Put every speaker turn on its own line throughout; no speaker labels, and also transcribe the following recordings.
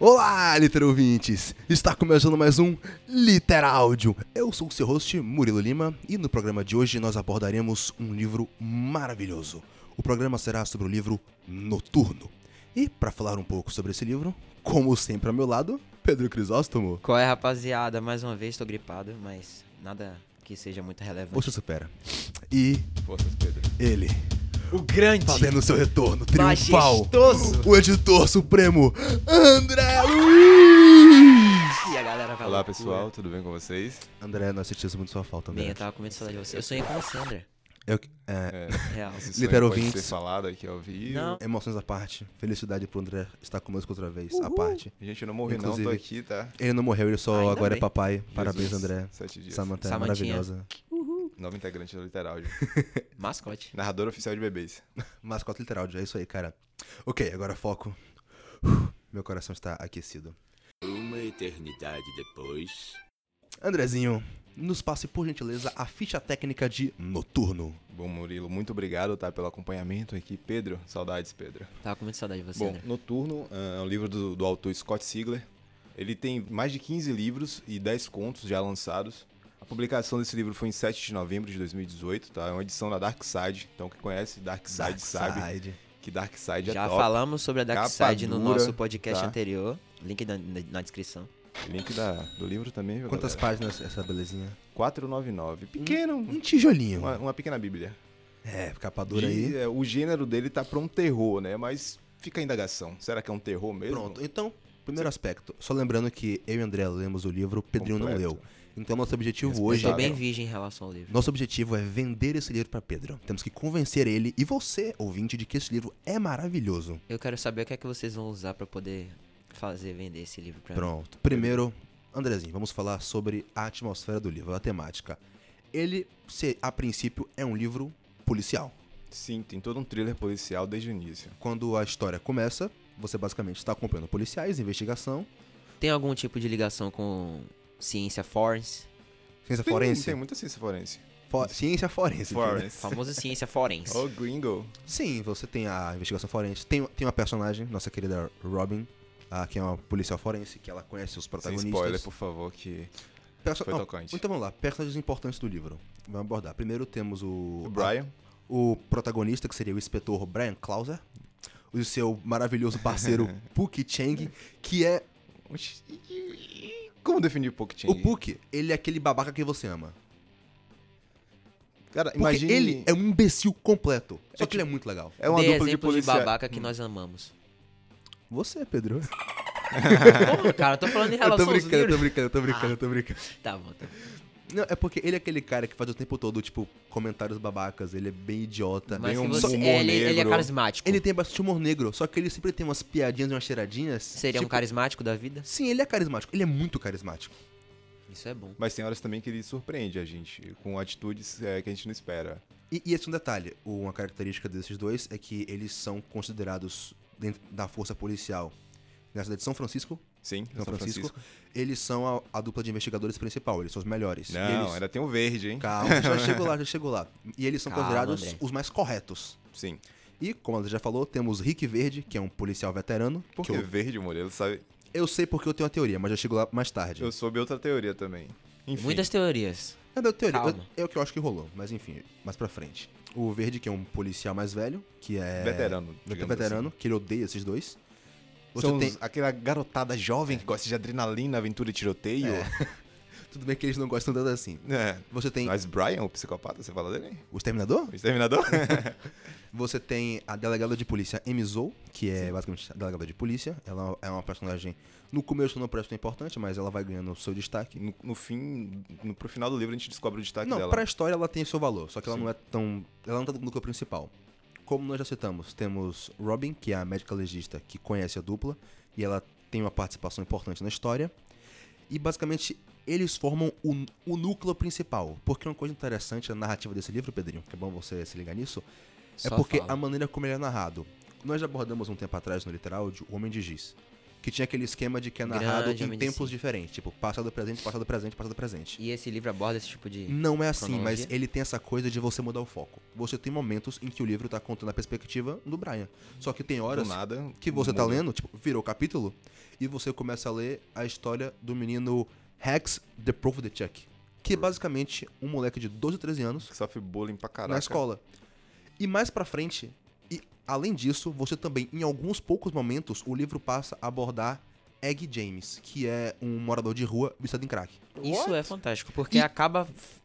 Olá, literovintes! Está começando mais um Literáudio. Eu sou o seu host, Murilo Lima, e no programa de hoje nós abordaremos um livro maravilhoso. O programa será sobre o livro Noturno. E para falar um pouco sobre esse livro, como sempre ao meu lado, Pedro Crisóstomo.
Qual é, rapaziada? Mais uma vez, tô gripado, mas nada que seja muito relevante.
Você supera. E
Forças, Pedro.
ele,
O grande!
fazendo seu retorno triunfal,
Majestoso.
o editor supremo, André Luiz!
E a galera vai
Olá,
loucura.
pessoal, tudo bem com vocês?
André, nós sentimos é muito sua falta,
Bem,
André.
eu tava com medo de saudade de você. Eu sonhei com a Sandra.
Eu- é,
É,
Real.
esse sonho
Litero
pode
ouvintes.
ser falado aqui ao vivo.
Não.
Emoções à parte, felicidade pro André estar conosco outra vez, à parte.
Gente, eu não morri não,
Inclusive.
tô aqui, tá?
Ele não morreu, ele só
Ainda
agora
bem.
é papai. Parabéns,
Jesus,
André.
Sete dias.
Samantha é
Samantinha.
maravilhosa.
Nova integrante do Literal.
Mascote.
Narrador oficial de bebês.
Mascota literal, é isso aí, cara. Ok, agora foco. Meu coração está aquecido.
Uma eternidade depois.
Andrezinho, nos passe por gentileza a ficha técnica de Noturno.
Bom, Murilo, muito obrigado, tá? Pelo acompanhamento aqui. Pedro, saudades, Pedro.
Tava com medo de saudade de você,
Bom,
André.
Noturno ah, é um livro do, do autor Scott Sigler. Ele tem mais de 15 livros e 10 contos já lançados. A publicação desse livro foi em 7 de novembro de 2018, tá? É uma edição da Dark Side. Então, quem conhece Dark Side sabe
Side.
que Dark Side é
Já
top.
falamos sobre a Dark
Capa
Side no
dura,
nosso podcast
tá?
anterior. Link na, na- na descrição.
Link da- do livro também, viu,
Quantas
galera?
páginas é essa belezinha?
499. Pequeno.
Um tijolinho.
Uma, uma pequena bíblia.
É, capa dura
Diz,
aí.
é, o gênero dele tá pra um terror, né? Mas fica a indagação. Será que é um terror mesmo?
Pronto, então, primeiro aspecto. Só lembrando que eu e André lemos o livro, o Pedrinho não
Completo.
leu. Então nosso objetivo
Eu
hoje
tô
é
Respeitado.
bem virgem em relação ao livro.
Nosso objetivo é vender esse livro pra Pedro. Temos que convencer ele e você, ouvinte, de que esse livro é maravilhoso.
Eu quero saber o que é que vocês vão usar pra poder fazer vender esse livro
É.
pra mim.
Pronto. Primeiro, Andrezinho, vamos falar sobre a atmosfera do livro, a temática. Ele, se- a princípio, é um livro policial.
Sim, tem todo um thriller policial desde o início.
Quando a história começa, você basicamente está acompanhando policiais, investigação,
Tem algum tipo de ligação com ciência forense?
ciência
Tem-
forense.
Tem muita ciência forense.
Fo- ciência forense. filho.
Famosa ciência
é
forense.
Oh, gringo.
Sim, você tem a investigação forense. Tem, tem uma personagem, nossa querida Robin, ah, que é uma policial forense, que ela conhece os
Sem
protagonistas.
spoiler, por favor, que...
Perso-
Foi
não,
tocante.
Então vamos lá, personagens importantes do livro. Vamos abordar. Primeiro temos o.
O Brian.
o protagonista, que seria o inspetor Brian Clauser. O seu maravilhoso parceiro Puck Chang, que é.
Como definir o Pocket
O Puck, ele é aquele babaca que você ama.
Cara,
Porque
imagine...
ele é um imbecil completo. Só
É
que ele é muito legal.
é uma
Dê
dupla
exemplos
de
de,
policiais. Hum.
babaca que nós amamos.
Você, Pedro.
Porra, cara, eu tô falando em
Eu
relação
tô
aos livros.
brincando, eu tô brincando, eu tô brincando, eu tô brincando.
Tá bom, tá.
Não, é porque ele é aquele cara que faz o tempo todo, tipo, comentários babacas, ele é bem idiota.
Mas
um
se você,
humor
é, ele, ele é
negro.
carismático.
Ele tem bastante humor negro, só que ele sempre tem umas piadinhas e umas cheiradinhas.
Seria um
tipo,
carismático da vida?
Sim, ele é carismático. Ele é muito carismático.
Isso é bom.
Mas tem horas também que ele surpreende a gente, com atitudes é, que a gente não espera.
E, e esse é um detalhe. o- Uma característica desses dois é que eles são considerados dentro da força policial na cidade de São Francisco.
Sim,
São, Francisco, Eles são a, a dupla de investigadores principal. Eles são os melhores. E
Não,
eles...
ainda tem o verde, hein?
Calma, já chegou lá, já chegou lá. E eles são
Calma,
considerados
André.
os mais corretos.
Sim.
E, como você já falou, temos Rick Verde, que é um policial veterano.
Por
que
que
eu,
verde, Murilo? Sabe?
eu sei porque eu tenho a teoria, mas já chego lá mais tarde.
Eu soube outra teoria também. Enfim,
Muitas teorias.
É da teoria.
Calma.
É o que eu acho que rolou, mas enfim, mais pra frente. O Verde, que é um policial mais velho, que é.
veterano.
Vete-
digamos
Veterano, que ele odeia esses dois.
assim.
Você
São
tem. Ah,
os- aquela garotada jovem que gosta de adrenalina, aventura e tiroteio.
Tudo bem que eles não gostam tanto assim.
É.
Você tem
Mas Brian, o psicopata, você fala dele?
o Exterminador?
O exterminador?
Você tem a delegada de polícia Emizou, que é basicamente a delegada de polícia. Ela é uma personagem. No começo não presta importante, mas ela vai ganhando o seu destaque.
no, no fim, no, pro final do livro a gente descobre o destaque
Não,
dela.
pra história ela tem seu valor, só que ela
Sim.
não é tão. Ela não tá no núcleo principal. Como nós já citamos, temos Robin, que é a médica legista que conhece a dupla, e ela tem uma participação importante na história. E basicamente eles formam o, o núcleo principal. Porque uma coisa interessante na narrativa desse livro, Pedrinho, que é bom você se ligar nisso, é
Só
porque
fala.
a maneira como ele é narrado. Nós já abordamos um tempo atrás no literal de O Homem de Giz. que tinha aquele esquema de que é narrado
Grande
em
Homem de
tempos
Si.
diferentes, tipo passado, presente, passado, presente, passado, presente.
E esse livro aborda esse tipo de.
Não é assim, mas
cronologia?
ele tem essa coisa de você mudar o foco. Você tem momentos em que o livro tá contando a perspectiva do Brian. Só que tem
Do
horas
nada.
que você tá
muda.
lendo, tipo, virou o capítulo, e você começa a ler a história do menino Rex the Provodechek,
Hum.
que é basicamente um moleque de 12, 13 anos
Que sofre bullying pra caraca.
na escola. E mais pra frente, e além disso, você também, em alguns poucos momentos, o livro passa a abordar Egg James, que é um morador de rua viciado em crack.
Isso é fantástico, porque
E- Tipo-
acaba f-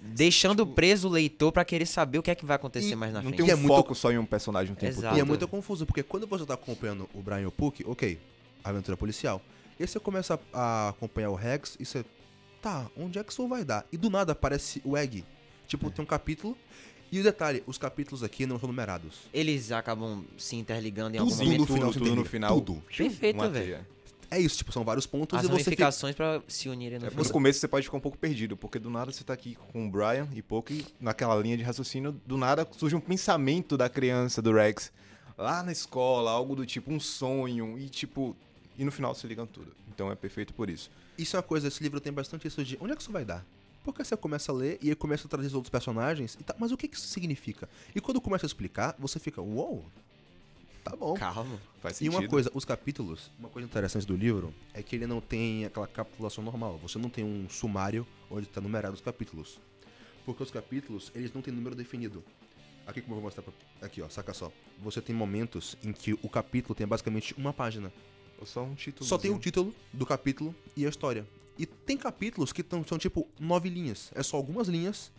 deixando preso o leitor pra querer saber o que é que vai acontecer mais na
Não
frente.
tem um
E é muito-
foco só em um personagem o tempo
Exato.
E
Ah,
é
tá.
muito confuso, porque quando você tá acompanhando o Brian O'Puck, ok, aventura policial. E aí você começa a acompanhar o Rex e você. Tá, onde é que isso vai dar? E do nada aparece o Egg. Tipo,
É.
tem um capítulo. E o detalhe, os capítulos aqui não são numerados.
Eles acabam se interligando em
Tudo
algum
Tudo,
momento.
no final,
tudo,
você
tudo no
termina.
final.
Tudo.
Perfeito,
Uma
velho.
teia.
É isso, tipo, são vários pontos
As
e você fica.
ramificações pra se unirem no
É,
final.
no começo você pode ficar um pouco perdido, porque do nada você tá aqui com o Brian e pouco e naquela linha de raciocínio, do nada surge um pensamento da criança do Rex lá na escola, algo do tipo um sonho e tipo e no final se ligam tudo. Então é perfeito por isso.
Isso é uma coisa, esse livro tem bastante isso de onde é que isso vai dar? Porque você começa a ler e aí começa a trazer os outros personagens e tá, mas o que que isso significa? E quando começa a explicar, você fica, uou, tá bom.
Calma.
Faz
E
sentido.
uma coisa, os capítulos, uma coisa interessante do livro é que ele não tem aquela capitulação normal. Você não tem um sumário onde está numerado os capítulos. Porque os capítulos, eles não têm número definido. Aqui como eu vou mostrar pra... Aqui, ó, saca só. Você tem momentos em que o capítulo tem basicamente uma página.
Ou Só um título.
Só tem o título do capítulo e a história. E tem capítulos que tão- são tipo nove linhas. É só algumas linhas.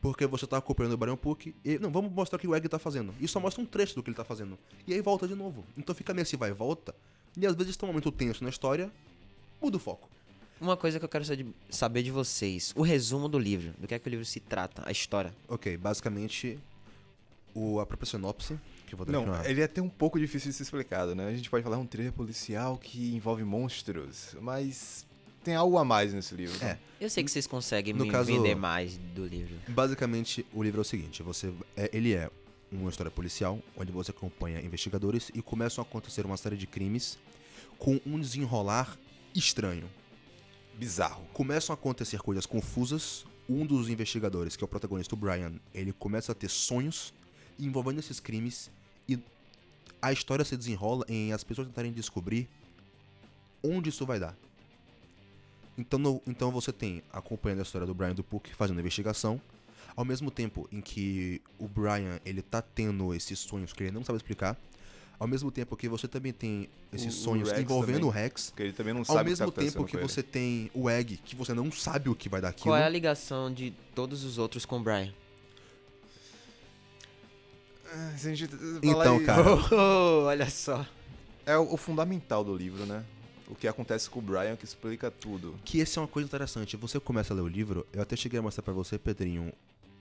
Porque você tá acompanhando o Brian Puck e. Não, vamos mostrar o que o Egg tá fazendo. E só mostra um trecho do que ele tá fazendo. E aí volta de novo. Então fica nesse vai e volta. E às vezes tem um momento tenso na história. Muda o foco.
Uma coisa que eu quero sa- de- saber de vocês: o resumo do livro. Do que é que o livro se trata? A história.
Ok, basicamente. O, a própria sinopse. Que eu vou dar aqui
Não,
uma-
ele é até um pouco difícil de ser explicado, né? A gente pode falar um thriller policial que envolve monstros, mas tem algo a mais nesse livro.
É.
Eu sei que vocês conseguem
No
me
caso-
vender mais do livro.
Basicamente, o livro é o seguinte: você é- ele é uma história policial onde você acompanha investigadores e começam a acontecer uma série de crimes com um desenrolar estranho.
Bizarro.
Começam a acontecer coisas confusas. Um dos investigadores, que é o protagonista, o Brian, ele começa a ter sonhos envolvendo esses crimes e a história se desenrola em as pessoas tentarem descobrir onde isso vai dar. Então, no- então você tem acompanhando a história do Brian do Puck fazendo a investigação, ao mesmo tempo em que o Brian ele tá tendo esses sonhos que ele não sabe explicar, ao mesmo tempo que você também tem esses
O- o
sonhos
Rex
envolvendo
também.
o Rex,
Porque ele também não sabe
ao
o
mesmo
que tá acontecendo
tempo que
com ele.
você tem o Egg, que você não sabe o que vai dar aquilo.
Qual é a ligação de todos os outros com o Brian?
Ah, se a gente falar
Então,
aí-
cara.
olha só.
É o, o fundamental do livro, né? O que acontece com o Brian que explica tudo.
Que essa é uma coisa interessante. Você começa a ler o livro, eu até cheguei a mostrar pra você, Pedrinho,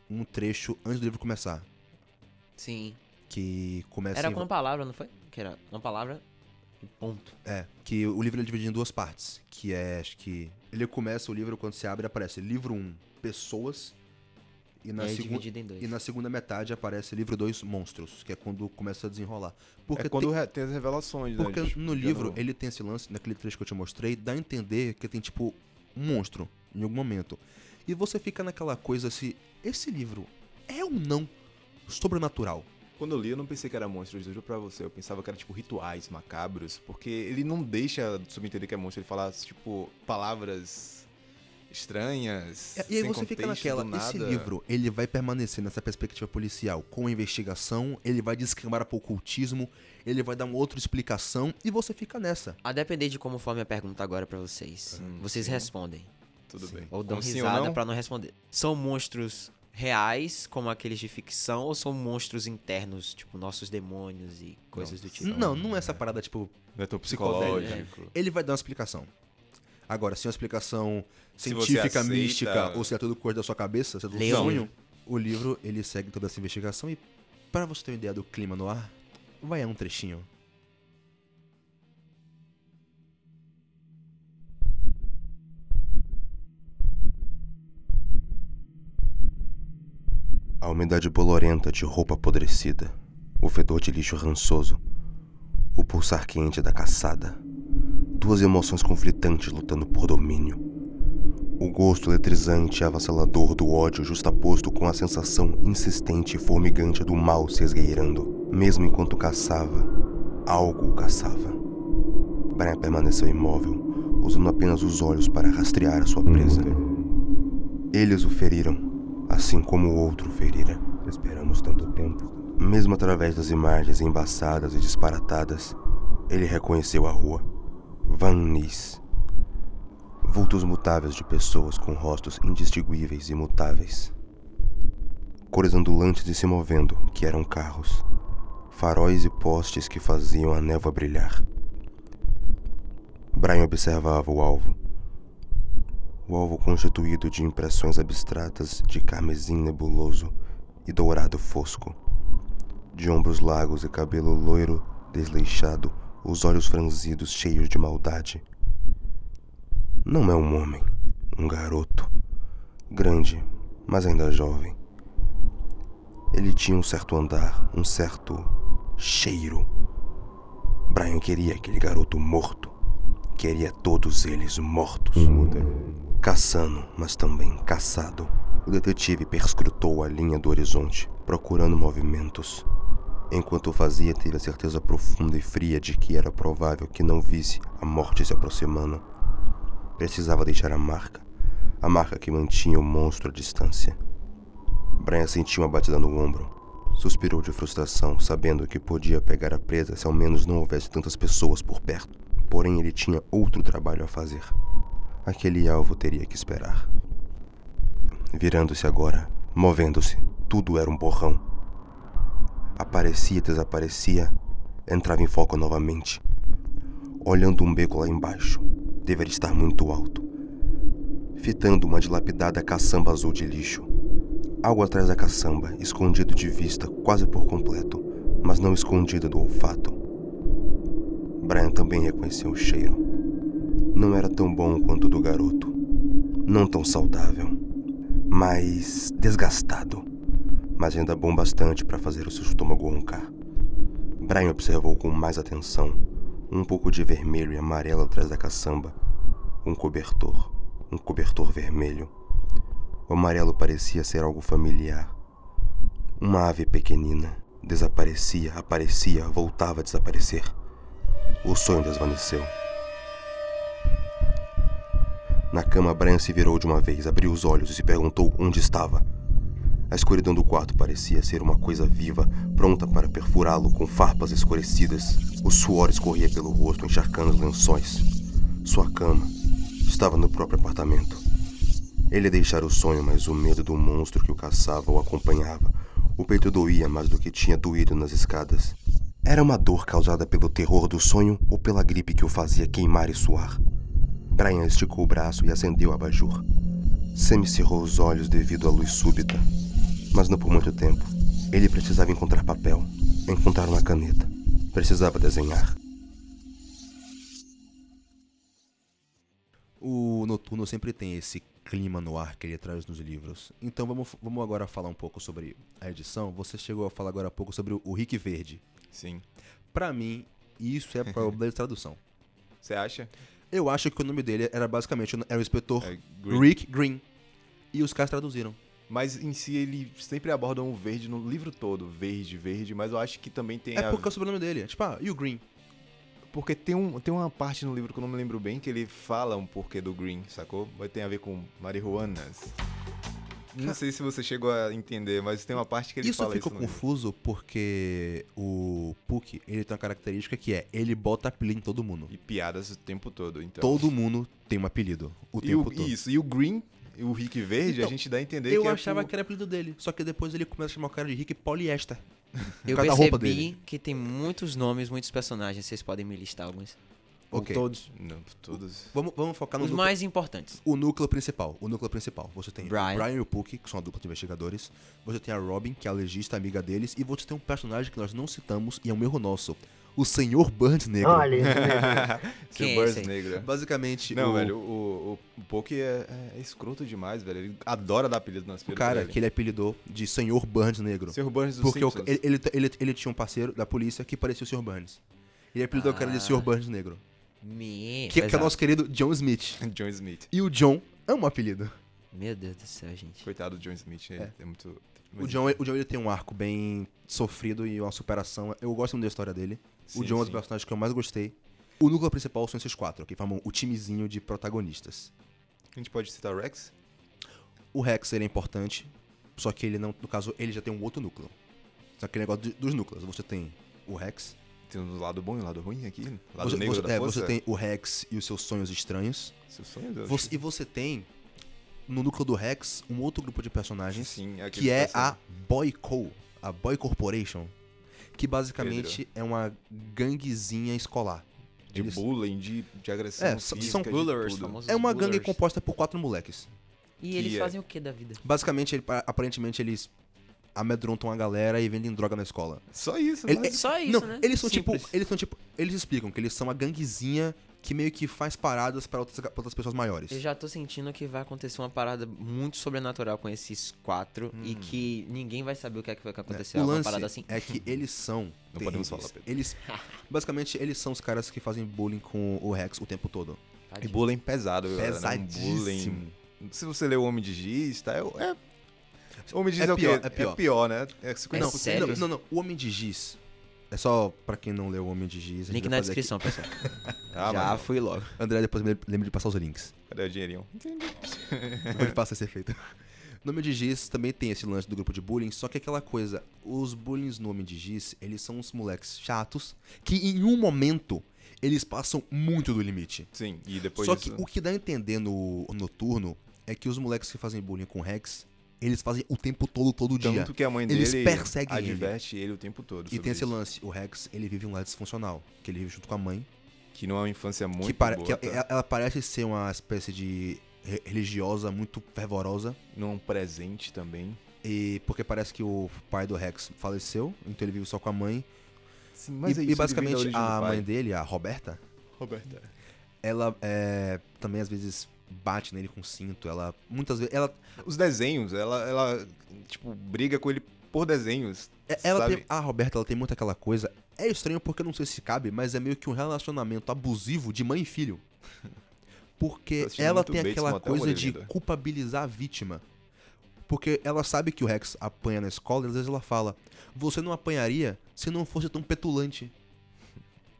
um trecho antes do livro começar.
Sim.
Que começa
Era
em-
com uma palavra, não foi? Que era uma palavra e ponto.
É, que o livro ele é dividido em duas partes. Que é, acho que. Ele começa o livro, quando você abre, aparece livro 1, pessoas. E na,
e aí é
segun-
dividido em dois.
e na segunda metade aparece livro 2, monstros. Que é quando começa a desenrolar. Porque
é quando re- tem as revelações, né?
Porque
gente?
no
Já
livro
não-
ele tem esse lance, naquele trecho que eu te mostrei, dá a entender que tem tipo um monstro em algum momento. E você fica naquela coisa se esse livro é ou não sobrenatural?
Quando eu li, eu não pensei que era monstro, eu juro pra você. Eu pensava que era, tipo, rituais macabros. Porque ele não deixa subentender que é monstro. Ele fala, tipo, palavras estranhas.
E aí
sem
você fica
contexto,
naquela,
do
esse
nada.
livro, ele vai permanecer nessa perspectiva policial com a investigação, ele vai descambar para o ocultismo, ele vai dar uma outra explicação e você fica nessa.
A depender de como for a minha pergunta agora pra vocês.
Hum,
vocês
sim.
respondem.
Tudo bem.
Ou dão
Um sim ou
risada
não?
pra não responder. São monstros reais, como aqueles de ficção, ou são monstros internos, tipo nossos demônios e coisas do tipo?
Não, não é
né?
essa parada tipo,
Não é tão
Psicodélico.
psicológico.
ele vai dar uma explicação. Agora, se é uma explicação
Se você
científica,
aceita-
mística, ou se é tudo coisa da sua cabeça, se é tudo
Leia o
sonho,
livro.
o livro ele segue toda essa investigação e para você ter uma ideia do clima no ar, vai a um trechinho. A umidade bolorenta de roupa apodrecida, o fedor de lixo rançoso, o pulsar quente da caçada,
duas emoções conflitantes lutando por domínio. O gosto eletrizante e avassalador do ódio justaposto com a sensação insistente e formigante do mal se esgueirando, mesmo enquanto caçava, algo o caçava. Brian permaneceu imóvel, usando apenas os olhos para rastrear a sua presa. Eles o feriram, assim como o outro ferira. Esperamos tanto tempo. Mesmo através das imagens embaçadas e disparatadas, ele reconheceu a rua. Van Ness. Vultos mutáveis de pessoas com rostos indistinguíveis e mutáveis. Cores andulantes e se movendo, que eram carros. Faróis e postes que faziam a névoa brilhar. Brian observava o alvo. O alvo constituído de impressões abstratas de carmesim nebuloso e dourado fosco. De ombros largos e cabelo loiro desleixado, os olhos franzidos cheios de maldade. Não é um homem, um garoto. Grande, mas ainda jovem. Ele tinha um certo andar, um certo cheiro. Brian queria aquele garoto morto. Queria todos eles mortos. Caçando, mas também caçado. O detetive perscrutou a linha do horizonte, procurando movimentos. Enquanto o fazia, teve a certeza profunda e fria de que era provável que não visse a morte se aproximando. Precisava deixar a marca, a marca que mantinha o monstro à distância. Brian sentiu uma batida no ombro. Suspirou de frustração, sabendo que podia pegar a presa se ao menos não houvesse tantas pessoas por perto. Porém, ele tinha outro trabalho a fazer. Aquele alvo teria que esperar. Virando-se agora, movendo-se, tudo era um borrão. Aparecia, desaparecia, entrava em foco novamente. Olhando um beco lá embaixo, deveria estar muito alto. Fitando uma dilapidada caçamba azul de lixo. Algo atrás da caçamba, escondido de vista quase por completo, mas não escondido do olfato. Brian também reconheceu o cheiro. Não era tão bom quanto o do garoto. Não tão saudável, mas desgastado. Mas ainda bom bastante para fazer o seu estômago roncar. Brian observou com mais atenção um pouco de vermelho e amarelo atrás da caçamba. Um cobertor. Um cobertor vermelho. O amarelo parecia ser algo familiar. Uma ave pequenina. Desaparecia, aparecia, voltava a desaparecer. O sonho desvaneceu. Na cama, Brian se virou de uma vez, abriu os olhos e se perguntou onde estava. A escuridão do quarto parecia ser uma coisa viva, pronta para perfurá-lo com farpas escurecidas. O suor escorria pelo rosto, encharcando os lençóis. Sua cama estava no próprio apartamento. Ele deixara o sonho, mas o medo do monstro que o caçava o acompanhava. O peito doía mais do que tinha doído nas escadas. Era uma dor causada pelo terror do sonho ou pela gripe que o fazia queimar e suar. Brian esticou o braço e acendeu o abajur. Sammy cerrou os olhos devido à luz súbita, mas não por muito tempo. Ele precisava encontrar papel, encontrar uma caneta. Precisava desenhar. O Noturno sempre tem esse clima no ar que ele traz nos livros. Então vamos, vamos agora falar um pouco sobre a edição. Você chegou a falar agora há pouco sobre o Rick Verde.
Sim.
Pra mim, isso é problema de tradução.
Você acha?
Eu acho que o nome dele era basicamente era o inspetor
É Green.
Rick Green. E os caras traduziram.
Mas em si ele sempre aborda um verde no livro todo, verde, verde, mas eu acho que também tem
É
a...
porque é o sobrenome dele. é Tipo, ah, e o Green?
Porque tem, um, tem uma parte no livro que eu não me lembro bem que ele fala um porquê do green, sacou? Mas tem a ver com marihuanas. Não sei se você chegou a entender, mas tem uma parte que ele
isso
fala
ficou
isso. no livro.
confuso porque o Puck, ele tem uma característica que é, ele bota apelido em todo mundo.
E piadas o tempo todo, então.
Todo mundo tem um apelido o
e
tempo
o,
todo.
Isso, e o green, e o Rick Verde,
Então,
a gente dá a entender
Eu
que
achava
é por...
que era apelido dele, só que depois ele começa a chamar o cara de Rick Poliester.
Eu
causa da roupa
percebi que tem muitos nomes, muitos personagens. Vocês podem me listar alguns.
Ok.
Todos. Não, todos.
Vamos, vamos
Tá
focar no
Os
núcleo,
mais importantes.
o núcleo principal. O núcleo principal. Você tem
Brian.
o Brian e o Puck, que são a dupla de investigadores. Você tem a Robin, que é a legista amiga deles. E você tem um personagem que nós não citamos e é um erro nosso. O Senhor Burns Negro.
Olha, isso mesmo.
Seu
Quem é
Burns
esse aí?
Negra.
Basicamente,
Não,
o,
velho, o, o, o Poki é, é escroto demais, velho. Ele adora dar apelido nas
o
filhas.
cara
velho.
que ele apelidou de Senhor Burns Negro.
Senhor Burns dos
Porque o-
Simpsons.
ele, ele, ele, ele tinha um parceiro da polícia que parecia o Sr. Burns. Ele apelidou o cara de
Ah.
Sr. Burns Negro.
Me...
que, que é o
Exato.
nosso querido John Smith.
John Smith.
E o John é um apelido.
Meu Deus do céu, gente.
Coitado do John Smith, ele é muito.
O John, o John ele tem um arco bem sofrido e uma superação. Eu gosto muito da história dele. o
Sim,
John é um dos
sim.
personagens que eu mais gostei. O núcleo principal são esses quatro, que formam o timezinho de protagonistas.
A gente pode citar o Rex?
O Rex ele é importante, só que ele não. No caso, ele já tem um outro núcleo. Só que é aquele negócio de- dos núcleos. Você tem o Rex.
Tem um lado bom e um lado ruim aqui? Lado
você,
negro
você-
da
é,
força?
você tem o Rex e os seus sonhos estranhos.
Seus sonhos, eu
Você-
acho.
e você tem, no núcleo do Rex, um outro grupo de personagens.
Sim, aqueles
que é a
personagens.
Boyco, a Boy Corporation, que basicamente é uma ganguezinha escolar.
De
Eles-
bullying, de, de agressão.
É, são-
física,
são
de
Bullers,
tudo.
famosos
É uma
bullers.
gangue composta por quatro moleques.
E eles
que é-
fazem o que da vida?
Basicamente, ele- aparentemente, eles amedrontam a galera e vendem droga na escola.
Só isso,
Ele- é,
mas-
Só isso,
Não,
né?
eles são tipo,
Simples.
eles são tipo, eles explicam que eles são uma ganguezinha que meio que faz paradas pra outras, pra outras pessoas maiores.
Eu já tô sentindo que vai acontecer uma parada muito sobrenatural com esses quatro e que ninguém vai saber o que é que vai acontecer.
Hum. o
uma
lance
parada assim.
é que eles são
Não podemos
terríveis.
falar, Pedro.
Eles basicamente eles são os caras que fazem bullying com o Rex o tempo todo.
E
Tadinho.
bullying pesado, galera, né? Um
é- Pesadíssimo.
bullying- Se você lê o Homem de Giz, tá? É. é- Homem de Giz
É
é, o quê?
pior, é pior.
né? É 50%.
Não,
É sério?
Não, não, não. O Homem de Giz. É só pra quem não leu o Homem de Giz. a gente
Link
vai
na
fazer aqui.
descrição, pessoal.
Ah,
já
mas
fui logo.
André, depois me- lembra de passar os links.
cadê o dinheirinho?
Onde passa esse efeito. No Homem de Giz também tem esse lance do grupo de bullying, só que é aquela coisa, os bullies no Homem de Giz, eles são uns moleques chatos que em um momento eles passam muito do limite.
Sim, e depois
só
disso-
que o que dá a entender no noturno é que os moleques que fazem bullying com o Rex, eles fazem o tempo todo, todo dia.
Tanto que a mãe
Eles
dele
perseguem ele.
adverte ele. o tempo todo.
E
sobre
tem esse
isso.
lance, o Rex, ele vive um lado disfuncional, que ele vive junto com a mãe,
Que não é uma infância muito
que, para,
boa.
que é-
tá?
ela, ela parece ser uma espécie de re- religiosa muito fervorosa.
Não é um presente também.
E porque parece que o pai do Rex faleceu, então ele vive só com a mãe.
Sim,
e, e basicamente a mãe dele, a Roberta,
Roberta.
ela é, também às vezes bate nele com cinto. Ela muitas vezes ela,
Os desenhos, ela, ela, tipo, briga com ele por desenhos.
é- ela
sabe?
tem, a Roberta ela tem muito aquela coisa. É estranho porque eu não sei se cabe, mas é meio que um relacionamento abusivo de mãe e filho.
Tô
Porque
assistindo
ela
muito
tem
Bates,
aquela
Motel
coisa de
Orelha ainda.
culpabilizar a vítima. Porque ela sabe que o Rex apanha na escola e às vezes ela fala: Você não apanharia se não fosse tão petulante.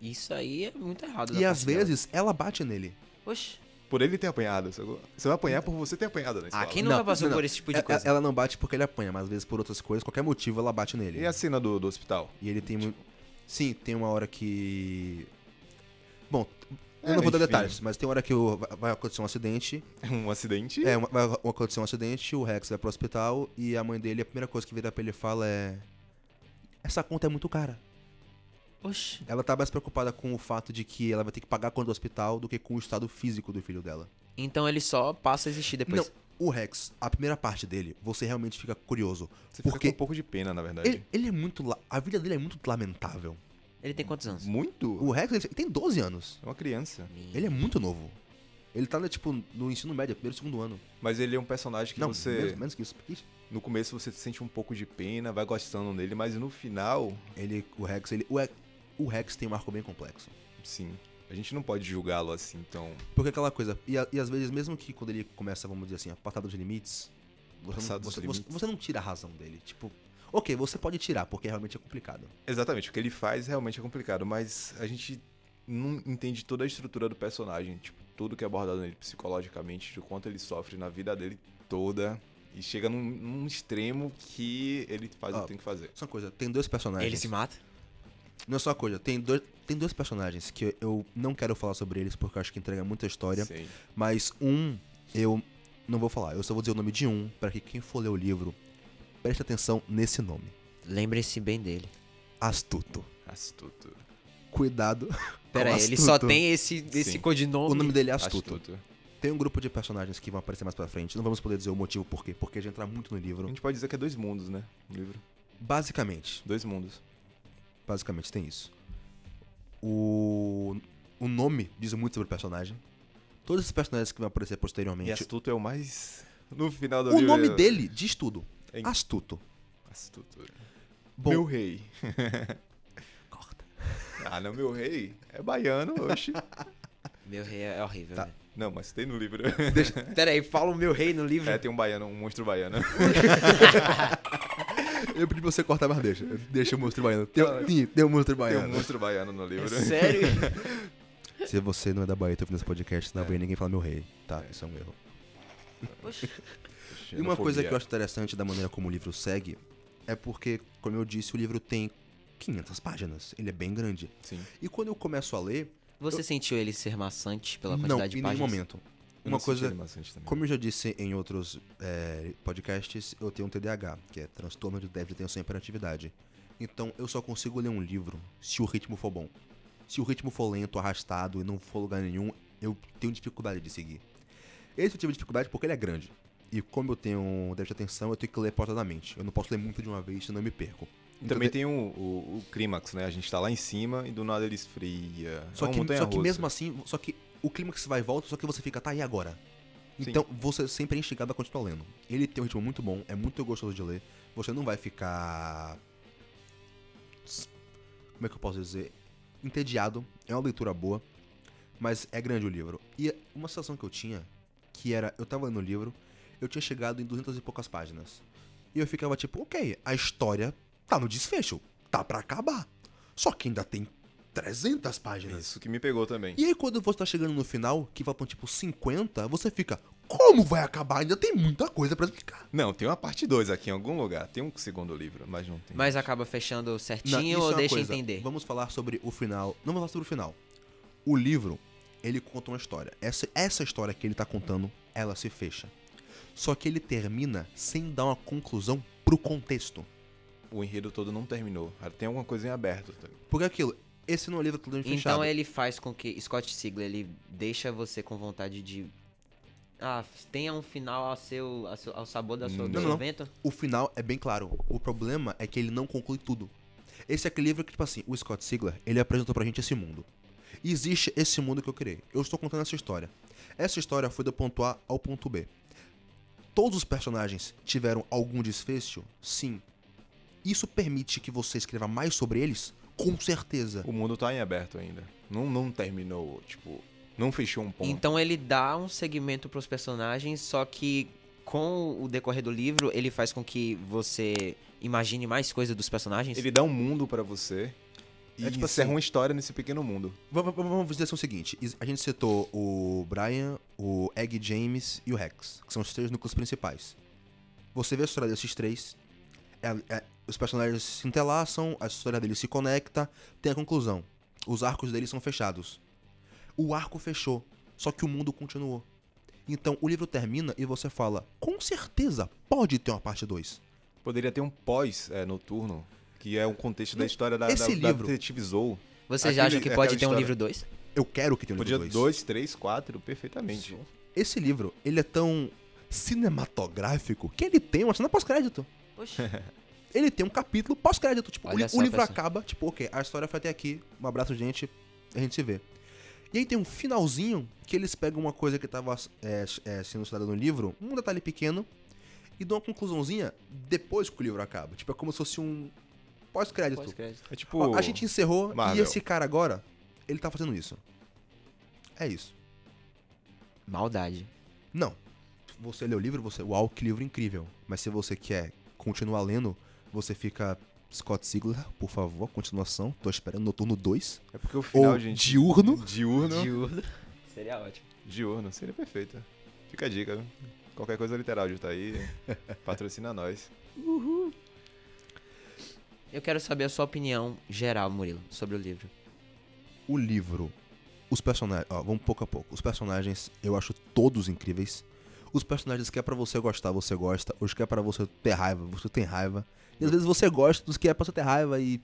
Isso aí é muito errado.
E
da
às
parte dela.
vezes ela bate nele.
Oxe.
Por ele ter apanhado. sacou? Você vai apanhar por você ter apanhado na escola.
Ah, quem nunca
Não,
passou
não, é,
por esse tipo de
Ela,
coisa?
ela não bate porque ele apanha, mas às vezes por outras coisas, qualquer motivo, ela bate nele.
E a cena do, do hospital?
E ele tem muito. Sim, tem uma hora que. Bom, eu
É,
não vou dar
enfim.
detalhes, mas tem hora que o- vai- vai acontecer um acidente.
Um acidente?
É, uma- vai acontecer um acidente, o Rex vai pro hospital e a mãe dele, a primeira coisa que vira pra ele e fala é. Essa conta é muito cara.
Oxe.
Ela tá mais preocupada com o fato de que ela vai ter que pagar a conta do hospital do que com o estado físico do filho dela.
Então ele só passa a existir depois.
Não, o Rex, a primeira parte dele, você realmente fica curioso.
Você fica
porque
com um pouco de pena, na verdade.
Ele, ele é muito. la- A vida dele é muito lamentável.
Ele tem quantos anos?
Muito?
O Rex ele tem 12 anos.
É uma criança.
Ele é muito novo. Ele tá, né, tipo, no ensino médio, primeiro, segundo ano.
Mas ele é um personagem que
não,
você.
menos, menos que isso. Ixi.
No começo você sente um pouco de pena, vai gostando dele, mas no final,
Ele, o Rex, ele. O, Re- o Rex tem um arco bem complexo.
sim. A gente não pode julgá-lo assim, então.
Porque aquela coisa. E, a- e às vezes, mesmo que quando ele começa, vamos dizer assim, a passar dos limites. Você
Passar
não,
dos
você,
limites.
você- você não tira a razão dele. Tipo, ok, você pode tirar, porque realmente é complicado.
Exatamente, o que ele faz realmente é complicado, mas a gente não entende toda a estrutura do personagem, tipo, tudo que é abordado nele psicologicamente, de quanto ele sofre na vida dele toda. E chega num, num extremo que ele faz o
Ah.
que tem que fazer.
Só uma coisa, tem dois personagens.
Ele se mata?
Não é só uma coisa, tem dois, tem dois personagens que eu não quero falar sobre eles porque eu acho que entrega muita história.
Sim.
Mas um, eu não vou falar, eu só vou dizer o nome de um pra que quem for ler o livro preste atenção nesse nome:
Lembre-se bem dele.
Astuto.
Astuto.
Cuidado.
Pera
com
aí, ele só
Astuto.
tem esse, esse
Sim.
codinome.
O nome dele é Astuto.
Astuto.
Tem um grupo de personagens que vão aparecer mais pra frente. Não vamos poder dizer o motivo por quê, porque a gente entra muito no
A
livro.
gente pode dizer que é dois mundos, né? O livro.
Basicamente,
Dois mundos.
basicamente tem isso. O, o nome diz muito sobre o personagem. Todos esses personagens que vão aparecer
E
posteriormente.
Astuto é o mais. No final do
O
livro.
nome dele diz tudo.
É in-
Astuto.
Astuto.
Bom,
Meu rei.
corta.
Ah, não, meu rei é baiano, oxe.
Meu rei é horrível.
Tá.
né?
Não, mas tem no livro.
Pera aí, fala o meu rei no livro.
É, tem um baiano, um monstro baiano.
Eu pedi pra você cortar, mas deixa. Deixa o monstro baiano. Tem, tem, tem um monstro
Tem um
baiano.
monstro baiano no
É
um
livro.
sério?
Se você não é da Bahia, tá ouvindo esse podcast, senão vem ninguém falar meu rei. Tá, isso é um erro.
Poxa.
é- E uma coisa que eu
Xenofobia.
acho interessante da maneira como o livro segue é porque, como eu disse, o livro tem 500 páginas. Ele é bem grande.
Sim.
E quando eu começo a ler,
Você sentiu ele ser maçante pela
não,
quantidade
em
de
nenhum
páginas?
momento.
Eu
Uma
não senti
coisa-
ele bastante também.
Como eu já disse em outros é, podcasts, eu tenho um TDAH, que é transtorno de déficit de atenção e hiperatividade. Então eu só consigo ler um livro se o ritmo for bom. Se o ritmo for lento, arrastado e não for lugar nenhum, eu tenho dificuldade de seguir. Esse eu tive dificuldade porque ele é grande. E como eu tenho um déficit de atenção, eu tenho que ler pausadamente. Eu não posso ler muito de uma vez, senão eu me perco. Então,
E Também tem o, o, o clímax, né? A gente tá lá em cima e do nada ele esfria.
Só
é
que, só que mesmo assim, só que o clímax vai e volta, só que você fica, tá, e agora?
Sim.
Então você sempre é instigado a continuar lendo. Ele tem um ritmo muito bom, é muito gostoso de ler. Você não vai ficar. Como é que eu posso dizer? Entediado. É uma leitura boa, mas é grande o livro. E uma sensação que eu tinha, que era, eu tava lendo o livro, eu tinha chegado em 200 e poucas páginas. E eu ficava tipo, ok, a história tá no desfecho, tá pra acabar. Só que ainda tem 300 páginas.
Isso que me pegou também.
E aí quando você tá chegando no final, que faltam tipo 50, você fica, como vai acabar? Ainda tem muita coisa pra explicar.
Não, tem uma parte 2 aqui em algum lugar. Tem um segundo livro, mas não tem.
Mas acaba fechando
Não,
certinho
isso é
ou
uma
deixa
coisa.
entender?
Vamos falar sobre o final. Não vamos falar sobre o final. O livro, ele conta uma história. Essa, essa história que ele tá contando, ela se fecha. Só que ele termina sem dar uma conclusão pro contexto.
O enredo todo não terminou. Tem alguma coisa em aberto. tá ligado?
Porque é aquilo, esse não é um livro totalmente fechado.
Então ele faz com que Scott Sigler ele deixa você com vontade de ah, tenha um final ao seu, ao, seu- ao sabor da sua,
Não,
do
não,
seu
não.
vento.
O final é bem claro. O problema é que ele não conclui tudo. Esse é aquele livro que, tipo assim, o Scott Sigler, ele apresentou pra gente esse mundo. E existe esse mundo que eu criei. Eu estou contando essa história. Essa história foi do ponto A ao ponto B. Todos os personagens tiveram algum desfecho? Sim. Isso permite que você escreva mais sobre eles? Com certeza.
O mundo tá em aberto ainda. Não, não terminou, tipo, não fechou um ponto.
Então ele dá um segmento pros personagens, só que com o decorrer do livro ele faz com que você imagine mais coisas dos personagens.
Ele dá um mundo pra você e
É tipo
encerra
assim-
uma história nesse pequeno mundo.
V- v- Vamos dizer assim o seguinte: is- a gente citou o Brian, o Egg James e o Rex, que são os três núcleos principais. Você vê a história desses três, é- é- os personagens se entrelaçam, a história deles se conecta, tem a conclusão. Os arcos deles são fechados. O arco fechou, só que o mundo continuou. Então o livro termina e você fala: com certeza pode ter uma parte 2.
Poderia ter um pós-noturno, que é um contexto da história da,
Hum, esse
da, da
livro-
Detetive Zou.
Vocês
Aquele-
acham que
aquela
pode ter um
história.
livro 2?
Eu quero que tenha um
Podia
livro 2.
dois, três, quatro, perfeitamente.
Esse livro, ele é tão cinematográfico que ele tem uma cena pós-crédito. ele tem um capítulo pós-crédito. Tipo, o,
Olha
li-
só,
o livro
pessoal.
acaba, tipo, ok, a história foi até aqui. Um abraço, gente. A gente se vê. E aí tem um finalzinho que eles pegam uma coisa que tava é, é, sendo estudada no livro, um detalhe pequeno, e dão uma conclusãozinha depois que o livro acaba. Tipo, é como se fosse um pós-crédito.
Pós-crédito.
É tipo.
Ó, a gente encerrou e
Marvel.
esse cara agora, ele tá fazendo isso. É isso.
Maldade.
Não. Você lê o livro, você. Uau, que livro incrível. Mas se você quer continuar lendo, você fica. Scott Sigler, por favor, continuação. Tô esperando Noturno 2.
É porque o final,
Ou
gente.
Diurno.
Diurno.
Diurno. Seria ótimo.
Diurno, seria perfeita. Fica a dica. viu? Qualquer coisa literal de tá aí, patrocina nós.
Eu quero saber a sua opinião geral, Murilo, sobre o livro.
O livro. Os personagens. Ó, vamos pouco a pouco. Os personagens, eu acho todos incríveis. Os personagens que é pra você gostar, você gosta. Os que é pra você ter raiva, você tem raiva. E às vezes você gosta dos que é pra você ter raiva e.